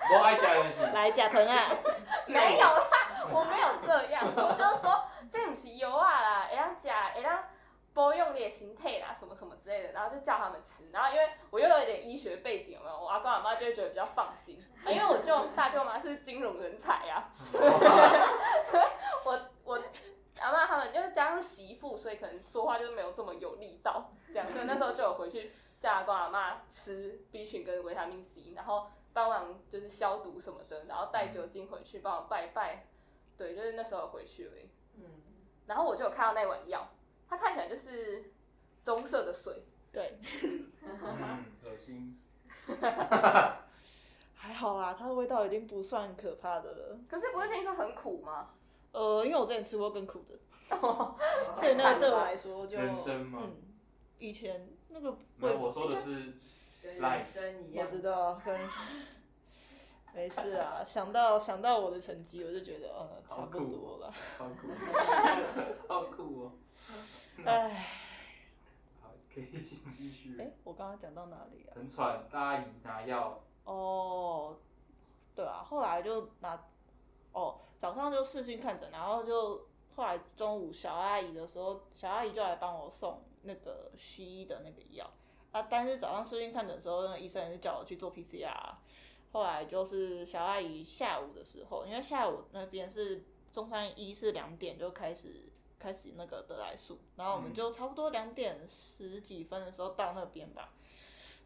S1: 我爱家人的
S4: 来贾腾啊，
S1: 是
S3: 没有啦，我没有这样，我就说这不是油啊啦，会当假，会当不用烈形态啦，什么什么之类的，然后就叫他们吃，然后因为我又有一点医学背景，有没有？我阿公阿妈就会觉得比较放心，啊因为我舅大舅妈是金融人才啊，所以我我阿妈他们就是加上媳妇，所以可能说话就没有这么有力道，这样，所以那时候就有回去叫阿公阿妈吃 B 群跟维他命 C，然后帮忙就是消毒什么的，然后带酒精回去帮我拜拜，对，就是那时候有回去而已。
S2: 嗯，
S3: 然后我就有看到那碗药，它看起来就是棕色的水，
S4: 对，
S1: 嗯，恶心。
S4: 还好啦，它的味道已经不算可怕的了。
S3: 可是不是听说很苦吗？
S4: 呃，因为我之前吃过更苦的，
S2: 嗯
S4: 哦所以那个对我来说就
S1: 人生嘛
S4: 嗯，以前那个
S1: 没
S4: 味
S1: 有，我说的是
S2: 跟人生一
S4: 我
S2: 样，
S4: 知道，跟没事啊。想到想到我的成绩，我就觉得呃，
S1: 好
S4: 差不
S1: 酷
S4: 多了。
S1: 好 酷，好酷哦。
S4: 哎，
S1: 好，可以请继续。
S4: 哎，我刚刚讲到哪里啊？
S1: 很喘，大阿姨拿药，
S4: 哦，对啊，后来就拿哦，早上就视讯看诊，然后就后来中午小阿姨的时候，小阿姨就来帮我送那个西医的那个药啊。但是早上视讯看诊的时候，那个医生也是叫我去做 PCR 啊。后来就是小阿姨下午的时候，因为下午那边是中山一是两点就开始开始那个得来速，然后我们
S1: 嗯
S4: 就差不多两点十几分的时候到那边吧。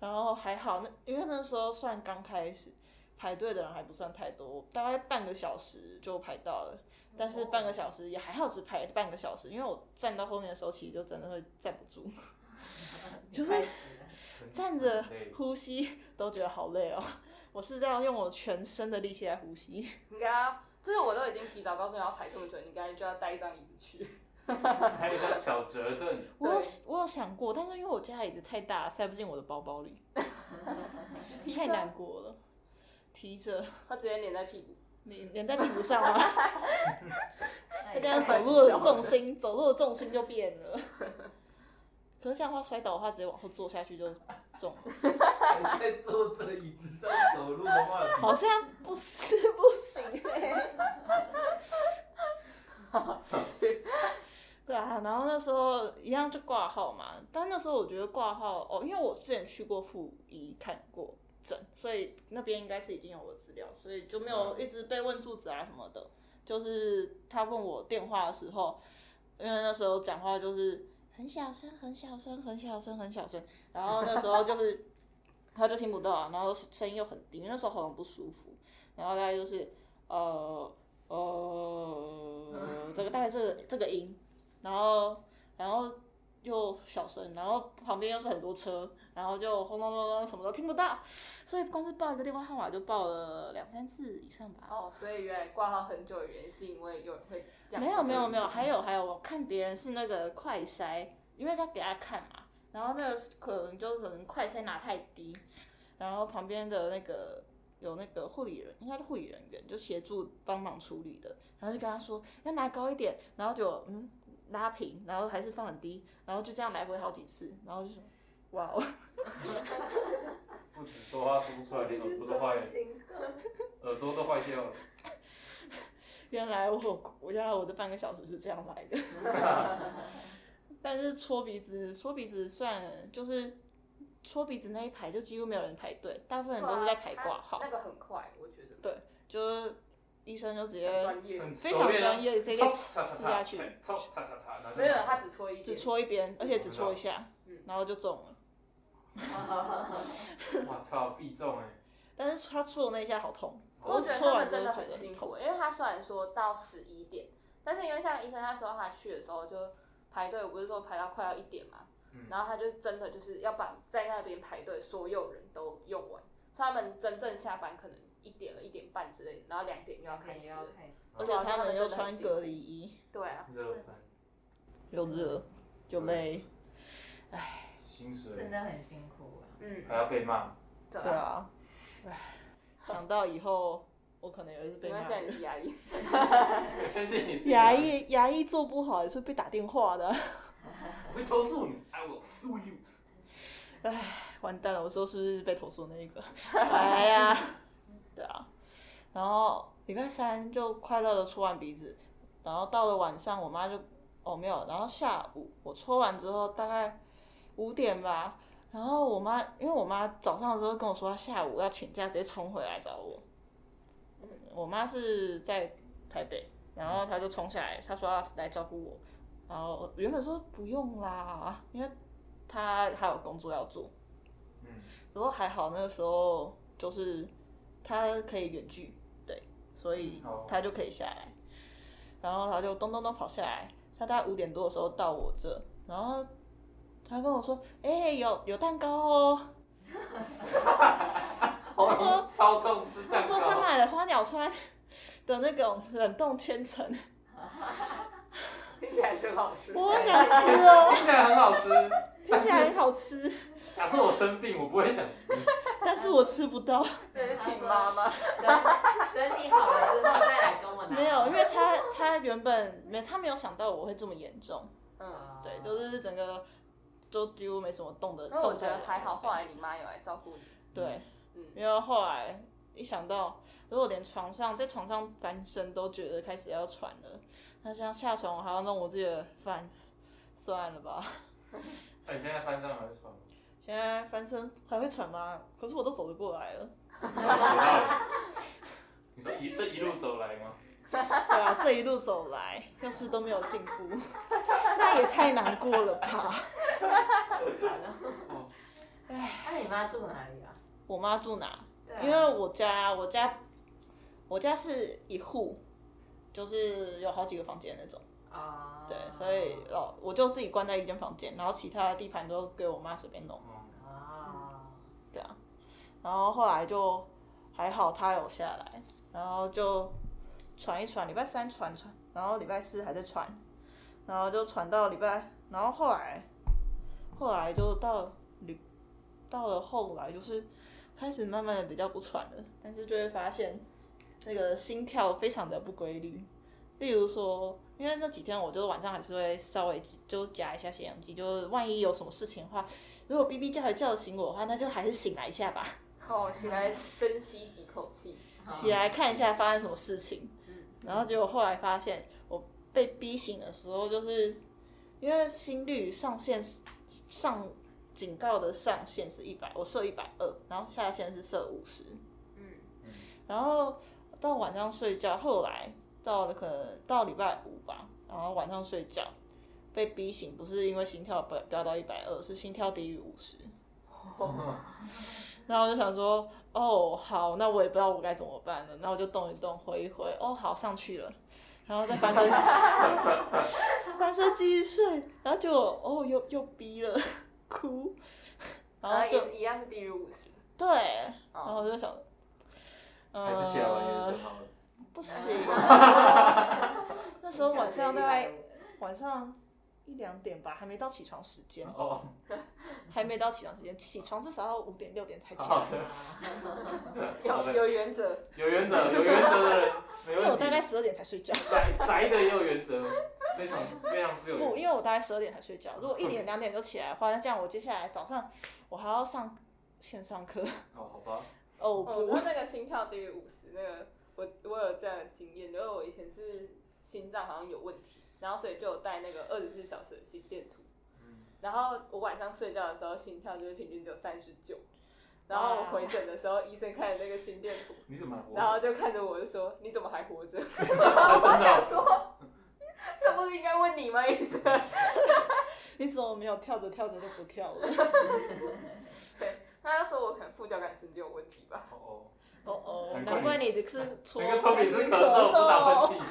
S4: 然后还好，那因为那时候算刚开始，排队的人还不算太多，大概半个小时就排到
S1: 哦
S4: 了。但是半个小时也还好，只排半个小时，因为我站到后面的时候，其实就真的会站不 住，就是
S2: 快死了
S1: 很
S4: 站着
S1: 很累
S4: 呼吸都觉得好累哦。我是这样用我全身的力气来呼吸，
S3: 应该要就是我都已经提早告诉你要排这么久，你应该就要带一张椅子去。
S1: 还有一张小折凳，
S4: 我有我有想过，但是因为我家椅子太大，塞不进我的 包包里，
S3: 提
S4: 太
S3: 着
S4: 难过了。提着
S3: 它直接粘在屁股。
S4: 粘粘在屁股上吗？
S2: 那
S4: 他
S2: 也
S4: 这样走
S2: 太
S4: 路
S2: 小
S4: 的
S2: 了
S4: 重心，走路的重心就变 了。可是这样的话，摔倒的话，直接往后坐下去就 重了，
S1: 还在坐着椅子上走路的话，
S4: 好像不是不行哎、 对啊，然后那时候一样就挂号嘛，但那时候我觉得挂号哦，因为我之前去过妇医看过诊，所以那边应该是已经有我的资料，所以就没有一直被问住址啊什么的。就是他问我电话的时候，因为那时候讲话就是很小声、很小声、很小声、很小声，然后那时候就是 他就听不到啊，然后声音又很低，因为那时候喉咙不舒服，然后大概就是呃呃，这个大概这个这个音，然后然后又小声，然后旁边又是很多车，然后就轰隆隆隆什么都听不到，所以光是报一个电话号码就报了两三次以上吧。
S3: 哦，所以原来挂号很久的原因是因为有人会这样。
S4: 没有没有
S3: 是不
S4: 没
S3: 是
S4: 有，还有还有，我看别人是那个快筛，因为他给他看嘛，然后那个可能就可能快筛拿太低，然后旁边的那个有那个护理人，应该是护理人员就协助帮忙处理的，然后就跟他说要拿高一点，然后就嗯拉平，然后还是放很低，然后就这样来回好几次，然后就说哇哦，
S1: 不止说话说不出来，连耳朵都坏了，
S2: 情况
S1: 耳朵都坏掉了。
S4: 原来我我原来我这半个小时是这样来的。 但是搓鼻子，搓鼻子算就是搓鼻子那一排就几乎没有人排队，大部分人都是在排挂号
S3: 它，那个很快，我觉得。
S4: 就是医生就直
S3: 很专
S4: 接
S3: 业。
S1: 很
S4: 非常
S1: 熟练啊
S4: 专业，直接
S1: 冲
S4: 吃吃下去，，
S1: 冲擦擦擦，然后就
S3: 没有，他只搓一
S4: 只
S3: 点。
S4: 搓一边，而且只搓一下
S3: 嗯，
S4: 然后就中了。
S1: 我操，必中哎！
S4: 但是他搓的那一下好痛，
S3: 我
S4: 我
S3: 觉得
S4: 搓
S3: 他
S4: 完
S3: 们
S4: 之
S3: 真
S4: 后就
S3: 的
S4: 觉
S3: 很
S4: 得很
S3: 辛
S4: 痛。
S3: 苦，因为他虽然说到十一点，但是因为像医生他说他去的时候就排队，我不是说排到快要一点嘛，
S1: 嗯
S3: 然后他就真的就是要把在那边排队所有人都用完，所以他们真正下班可能一点了一点半之类，然后两点又要
S2: 肯
S3: 开
S2: 定
S3: 始
S2: 要
S3: 了。
S2: 开始，
S4: 而且他们又穿隔离衣，
S3: 对啊，
S1: 热翻，
S4: 又热又累，
S1: 薪
S2: 真
S1: 水
S2: 的很辛苦啊。
S3: 嗯，
S1: 还要被骂，
S3: 对
S4: 对
S3: 啊，
S4: 啊，唉， 想到以后我可能有一次被
S3: 没关
S4: 骂
S3: 系啊，
S4: 的
S3: 你 是牙医，
S1: 但是你是
S4: 牙医牙医做不好也是被打电话的，
S1: 会投诉你，I will sue you。
S4: 完蛋了，我说是不是被投诉那一个？ 哎呀，对啊。然后礼拜三就快乐的搓完鼻子，然后到了晚上，我妈就哦没有，然后下午我搓完之后大概五点吧，然后我妈因为我妈早上的时候跟我说她下午要请假，直接冲回来找我。嗯，我妈是在台北，然后她就冲下来，她说要来照顾我，然后我原本说不用啦，因为她还有工作要做。
S1: 嗯，
S4: 不过还好那个时候就是他可以远距，对，所以
S1: 哦
S4: 他就可以下来，然后他就咚咚咚跑下来，他大概五点多的时候到我这，然后他跟我说：“哎、有有蛋糕哦。
S1: 我
S4: 说
S1: 超痛吃”
S4: 他
S1: 蛋
S4: 说他
S1: 糕，
S4: 买了花鸟川的那种冷冻千层，
S3: 听起来就好吃。
S4: 我 想吃 哦，
S1: 听起来很好吃，
S4: 听
S1: 但
S4: 起来很
S1: 是
S4: 好吃，
S1: 假设我生病，我不会想吃。
S4: 但是我吃不到。
S3: 这是请妈妈。
S2: 等等你好了之后再来跟我拿。
S4: 没有，因为他他原本没他没有想到我会这么严重，
S3: 嗯，
S2: 啊，
S4: 对，就是整个都几乎没什么动的。
S3: 那我
S4: 动
S3: 觉
S4: 在
S3: 得
S4: 的
S3: 还好，
S4: 感
S3: 后来
S4: 觉
S3: 你妈有来照顾你。
S4: 对，
S3: 嗯
S4: 因为后来一想到，如果连床上在床上翻身都觉得开始要喘了，那像下床我还要弄我自己的饭，算了吧。
S1: 哎，你现在翻上还会 穿吗？
S4: 现在翻身还会喘吗？可是我都走得过 来了。
S1: 你说一这一路走来 吗？
S4: 对啊，这一路走来，要是都没有进步，那也太难过了吧。
S2: 那你妈住哪里啊？
S4: 我妈住哪？
S2: 对啊
S4: 因为我家我家我家是一户，就是有好几个房间那种。
S2: 啊，
S4: 对，所以哦，我就自己关在一间房间，然后其他的地盘都给我妈随便弄。
S1: 嗯，
S2: 啊，
S4: 对啊，然后后来就还好，她有下来，然后就传一传，礼拜三传传，然后礼拜四还在传，然后就传到礼拜，然后后来后来就到礼到了后来就是开始慢慢的比较不喘了，但是就会发现那个心跳非常的不规律。例如说，因为那几天我就是晚上还是会稍微就夹一下血氧机，就是万一有什么事情的话，如果 B B 叫还叫得醒我的话，那就还是醒来一下吧，
S3: 哦，醒来深吸几口气。
S4: 起来看一下发生什么事情。
S3: 嗯，
S4: 然后结果后来发现，我被逼醒的时候，就是因为心率上限是上警告的上限是一百，我设一百二，然后下限是设五十。
S3: 嗯
S4: 然后到晚上睡觉，后来到了可能到礼拜五吧，然后晚上睡觉被逼醒，不是因为心跳飙飙到一百二，是心跳低于五十。
S1: 哦
S4: 然后我就想说，哦，好，那我也不知道我该怎么办了，那我就动一动，挥一挥，哦，好，上去了，然后再翻身，翻身继续睡，然后就哦，又又逼了，哭，然后就
S3: 也一样是低于五十。
S4: 对，然后我就想，
S1: 还是起来玩原
S4: 呃
S1: 神好了。
S4: 不行，那时候那时候晚上大概
S2: 心跳
S4: 晚上一两点吧，还没到起床时间，
S1: 哦，
S4: 还没到起床时间，起床至少要五点六点才起
S1: 好
S4: 来。
S1: 的，好
S3: 有
S1: 的
S3: 有原则，
S1: 有原则，有原则的人没
S4: 因为我
S1: 问
S4: 大概
S1: 题。
S4: 十二点才睡觉，
S1: 宅宅的也有原则，非常非常自由
S4: 不，
S1: 原
S4: 因为我大概十二点才睡觉。如果一点两点就起来的话，那这样我接下来早上我还要上线上课。
S1: 则。哦，好吧，
S4: 哦
S3: 我
S4: 不，
S3: 的那个心跳低于五十，那个我我有这样的经验，因为我以前是心脏好像有问题，然后所以就有带那个二十四小时的心电图，
S1: 嗯，
S3: 然后我晚上睡觉的时候心跳就是平均只有三十九，然后我回诊的时候医生看了那个心电图，
S1: 你怎么还活啊
S3: 然后
S1: 着？
S3: 就看着我就说你怎么还活着？
S1: 哦
S3: 我想说， 这不是应该问你吗，医生？
S4: 你怎么没有跳着跳着就不跳了？
S3: 他就说我可能副交感神经有问题吧，
S1: 哦哦，
S4: 哦哦，难
S1: 难怪
S4: 怪你是搓
S1: 那个抽笔是咳嗽，不打
S4: 嗽。
S1: 喷嚏。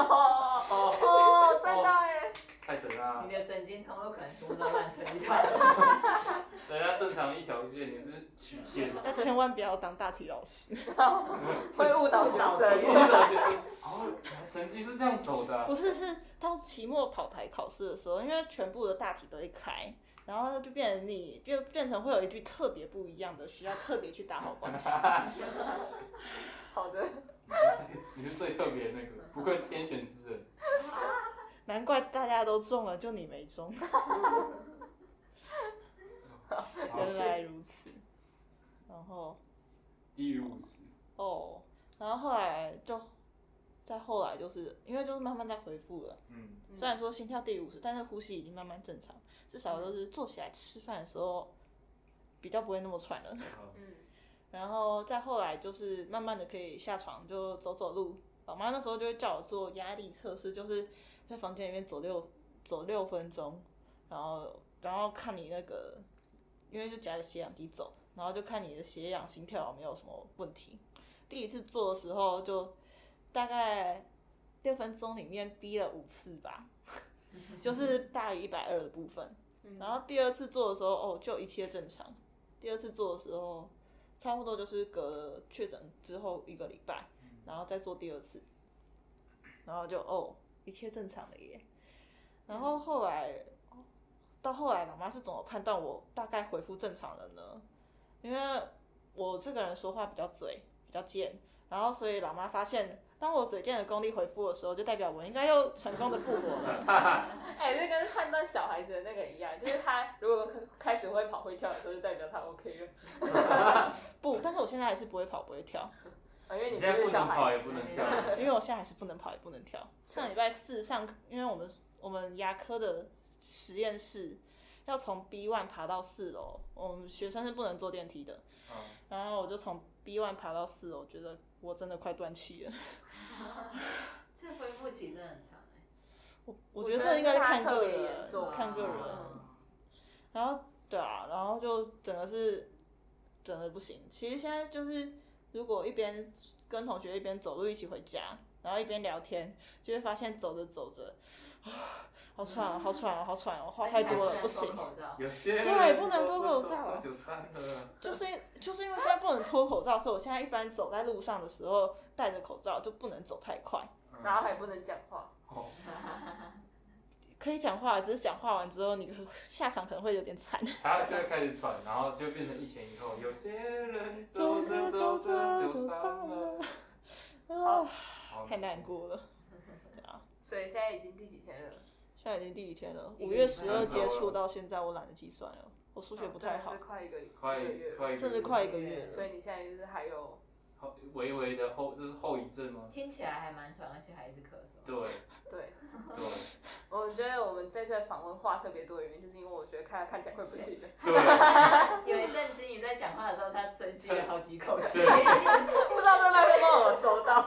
S3: 哦
S1: 哦，
S3: 哦，真的哎，
S1: 太神啦
S2: 你！的神经通路可能多到乱成一套。
S1: 人家正常一条线，你是曲线。
S4: 那千万不要当大体老师，
S3: 会误导学
S1: 误
S3: 生。
S1: 导学生。哦，原来神经是这样走的啊。
S4: 不是是到期末跑台考试的时候，因为全部的大题都会开，然后就变成你就变成会有一句特别不一样的，需要特别去打好关系。
S3: 好的，
S1: 你是最特别的那个，不愧是天选之人。
S4: 难怪大家都中了，就你没中。
S1: 好
S4: 原来如此。然后
S1: 低于五十，
S4: 哦，然后后来就再后来就是因为就是慢慢在恢复了，
S1: 嗯，
S3: 嗯
S4: 虽然说心跳低于五十，但是呼吸已经慢慢正常，至少都是坐起来吃饭的时候比较不会那么喘了。
S1: 好
S3: 嗯
S4: 然后再后来就是慢慢的可以下床就走走路。老妈那时候就会叫我做压力测试，就是在房间里面走六走六分钟，然后然后看你那个，因为就夹着血氧机走，然后就看你的血氧心跳有没有什么问题。第一次做的时候就大概六分钟里面逼了五次吧，就是大于一百二的部分。
S3: 嗯
S4: 然后第二次做的时候，哦，就一切正常。第二次做的时候，差不多就是隔确诊之后一个礼拜，然后再做第二次，然后就哦，一切正常了耶。然后后来，到后来，老妈是怎么判断我大概恢复正常了呢？因为我这个人说话比较嘴，比较贱，然后所以老妈发现，当我嘴贱的功力恢复的时候，就代表我应该又成功的复活了。
S3: 哎、这跟判断小孩子的那个一样，就是他如果开始会跑会跳的时候，就代表他 OK 了。
S4: 不，但是我现在还是不会跑，不会跳。
S3: 啊因为
S1: 你
S3: 你
S1: 现在
S3: 不
S1: 不
S3: 是小
S1: 能跑
S3: 孩
S1: 也
S3: 子，
S1: 不能 跳，
S4: 因为我现在还是不能跑，也不能跳。上礼拜四上课，因为我们我们牙科的实验室要从 B one 爬到四楼，我们学生是不能坐电梯的。
S1: 嗯
S4: 然后我就从 B one 爬到四楼，觉得我真的快断气了。
S2: 这恢复期真的很长哎、
S4: 我
S3: 我
S4: 我觉得
S3: 觉得
S4: 这应该是
S3: 大家
S4: 看
S3: 特
S4: 个
S3: 别严
S4: 人
S1: 啊
S3: 重，
S4: 看个人。
S3: 啊
S1: 嗯
S4: 然后对啊，然后就整个是整个不行。其实现在就是，如果一边跟同学一边走路一起回家，然后一边聊天，就会发现走着走着，啊，好喘哦，好喘哦，好喘哦，话太多了，不行。
S2: 口罩，
S1: 有些人
S4: 对不能脱口罩
S1: 九三的，
S4: 就是就是因为现在不能脱口罩，所以我现在一般走在路上的时候戴着口罩就不能走太快，
S1: 嗯
S3: 然后还不能讲话，
S1: 好
S4: 可以讲话，只是讲话完之后你下场可能会有点惨。
S1: 嗯他就会开始喘，然后就变成一前一后。有些人走着走着就散 了，
S4: 啊，
S1: 好
S4: 太难。过了。
S3: 所以现在已经第几天了？
S4: 现在已经第几天了？
S2: 一
S4: 五
S2: 个
S4: 月
S2: 礼
S4: 十
S1: 拜
S4: 二
S1: 了
S4: 接触到现在，我懒得计算了，我数
S3: 数
S4: 学不太好，
S3: 哦快一个
S1: 快
S3: 一个月了，
S1: 快一个月，
S4: 甚至快一个月
S3: 所
S4: 了。
S3: 以你现在就是还有
S1: 后微微的后，这是后遗症吗？
S2: 听起来还蛮长，而且还一直咳嗽。
S1: 对
S3: 对。
S1: 对
S3: 我觉得我们在这访问话特别多的原因，就是因为我觉得看看起来快不行了，
S1: 对，
S2: 有一阵子你在讲话的时候，他深吸了好几口气。
S1: 对
S3: 不知道这麦克风有没有收到。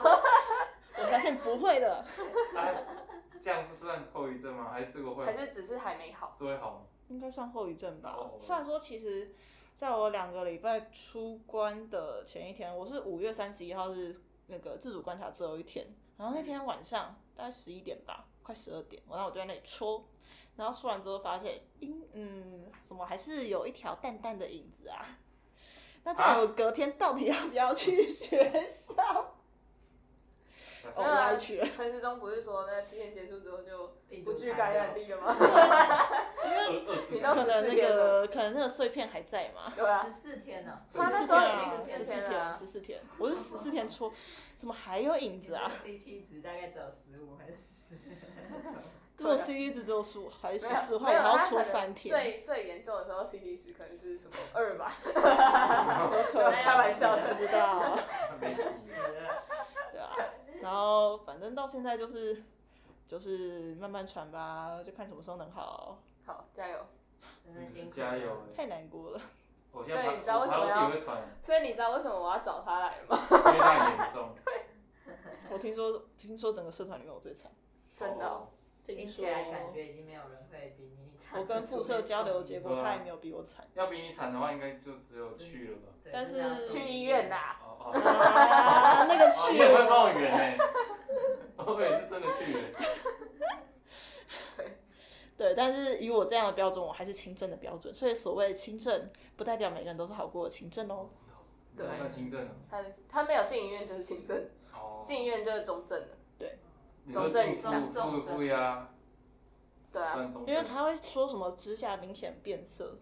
S4: 我相信不会的，
S1: 他这样是算后遗症吗？还是这个会
S3: 还是只是还没好？
S1: 这会好吗？
S4: 应该算后遗症吧
S1: 哦。
S4: 虽然说，其实在我两个礼拜出关的前一天，我是五月三十一号是那个自主观察最后一天，然后那天晚上大概十一点吧，快十二点，然后我就在那里戳，然后戳完之后发现，嗯嗯，怎么还是有一条淡淡的影子啊？ 那这样我隔天到底要不要去学校？哦，
S1: 但是
S3: 哦
S4: 我
S3: 呃
S4: 要去了。
S3: 陈世忠不是说那个期限结束之后就
S2: 病
S3: 不
S2: 毒
S3: 具
S2: 残
S3: 感染
S2: 留
S3: 力了吗？
S1: 二二次
S3: 你到
S4: 可
S1: 感染
S4: 能那个可能那个碎片还在嘛？
S3: 对啊
S2: 十，四天哦呢、
S1: 他那
S4: 四
S1: 时候
S4: 天
S1: 已
S4: 啊，
S1: 经
S3: 十
S4: 十四
S3: 四天了
S4: 天，
S3: 啊
S4: 十四天，我是十四天戳，怎么还有影
S2: 你
S4: 子啊？
S2: CT 值大概只有十五还是十？
S4: 如果 C 一直只有十五还是
S3: 啊
S4: 十
S3: 没有
S4: 四的话，
S3: 没
S4: 我
S3: 有
S4: 还要
S3: 他可
S4: 戳
S3: 能
S4: 三天，
S3: 最最严重的时候，CD 值可能是什么二吧？
S4: 有可能
S3: 没有开玩笑的
S4: 不知道，啊
S1: 没 洗，
S4: 对啊。然后反正到现在就是就是慢慢传吧，就看什么时候能好，
S3: 好，加油！
S2: 真的辛苦。
S1: 加油！
S4: 太难过了。
S1: 我现在
S3: 所以你知道为什么
S1: 爬
S3: 要
S1: 楼梯会喘，
S3: 所以你知道为什么我要找他来了吗？
S1: 因为太严重，
S4: 我听说听说整个社团里面我最惨，
S3: 真的哦
S2: 听起来感觉已经没有人会比 你惨。
S4: 我跟副社交流，结果
S1: 啊
S4: 他也没有比我惨。
S1: 要比你惨的话，应该就只有去了吧？
S2: 对
S4: 但是
S2: 这样说
S3: 去医院啦！
S1: 哦哦，
S4: 啊，那 个
S1: 哦你
S4: 去
S1: 也会帮
S4: 了，
S1: 我圆呢，欸 我也是真的去了，欸
S4: 对，但是以我这样的标准，我还是轻症的标准，所以所谓轻症不代表每个人都是好过的轻症哦。
S1: 怎么算轻症啊呢？
S3: 他他没有进医院就是轻症，
S1: 哦，
S3: 进医院就是中症了。
S1: 你说进
S2: 重
S1: 住住住呀，
S3: 对啊，
S1: 啊算重
S4: 因为
S1: 症，
S4: 他会说什么指甲明显变色，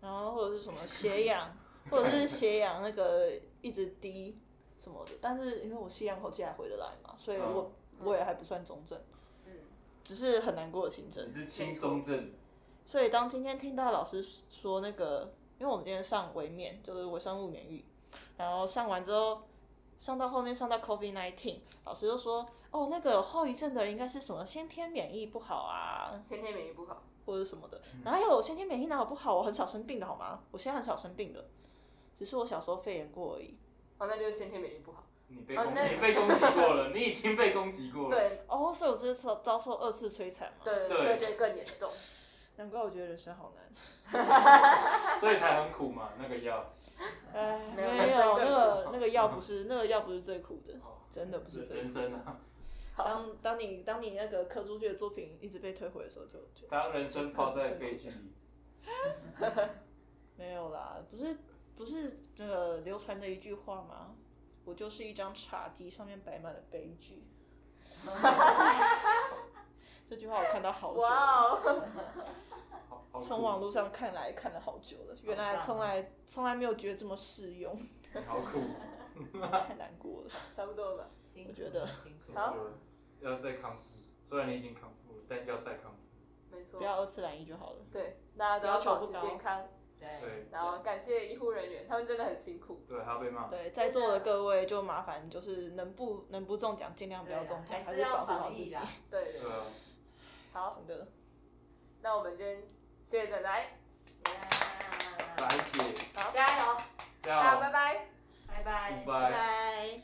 S4: 然后或者是什么血氧，或者是血氧那个一直低什么的。但是因为我吸两口气还回得来嘛，所以我、我也还不算重症。
S3: 嗯，
S4: 只是很难过的轻症
S1: 你。是轻中症，
S4: 所以当今天听到老师说那个，因为我们今天上微面，就是微生物免疫，然后上完之后，上到后面上到 COVID nineteen，老师就说，哦，那个有后遗症的人应该是什么先天免疫不好啊，
S3: 先天免疫不好，
S4: 或者什么的。
S1: 嗯
S4: 然后还有我先天免疫哪有不好？我很少生病的好吗？我现在很少生病的，只是我小时候肺炎过而已。
S3: 哦，那就是先天免疫不好。
S1: 你被攻，
S3: 哦那
S1: 你被攻击过了，你已经被攻击过了。
S3: 对
S4: 哦，所以我这次遭受二次摧残嘛。
S3: 对
S1: 对
S3: 所以就更严重。
S4: 难怪我觉得人生好难。
S1: 所以才很苦嘛，那个 药。
S4: 哎，
S3: 没
S4: 没
S3: 有
S4: 有，
S3: 人生更
S4: 那个
S1: 苦
S4: 那个药不是那个药不是最苦的。
S1: 哦
S4: 真的不是这样
S1: 人生啊，
S3: 好，
S4: 当当你当你那个柯朱雀的作品一直被退回的时候就，就
S1: 当人生泡在悲剧里，
S4: 没有啦，不是不是那个流传的一句话吗？我就是一张茶几，上面摆满了悲剧。 这句话我看到好久
S3: 哇
S4: 了，
S3: 哦，
S1: 好好苦
S4: 从网络上看来看了好久了，原来从来从来没有觉得这么适用，
S1: 好苦。
S4: 太难过了。
S3: 差不多了吧。
S2: 辛苦
S4: 我觉得
S2: 辛苦。
S3: 好，
S1: 要再康复，虽然你已经康复了，但要再康复。
S3: 没错
S4: 不，要二次染疫就好了。
S3: 对，大家都要
S4: 要求
S3: 保
S4: 不
S3: 持
S4: 高
S3: 健康，
S2: 对，
S1: 对
S3: 然后感谢医护人员，他们真的很辛苦。
S1: 对，还要被骂。
S4: 对，在座的各位就麻烦就是能不能不中奖尽量不
S2: 对
S4: 要
S2: 啊
S4: 中奖，还
S2: 还
S4: 是保
S2: 要
S4: 护好
S2: 防
S4: 自
S2: 疫
S4: 己
S2: 啦。。
S3: 对
S1: 对
S3: 对，
S1: 啊，
S3: 好，
S4: 真的，
S3: 那我们今天谢谢仔仔，
S1: 白姐，
S3: 好，加油，
S1: 加
S3: 大家
S1: 油
S3: 拜，拜。
S2: 拜拜。
S1: 拜拜。
S4: 拜。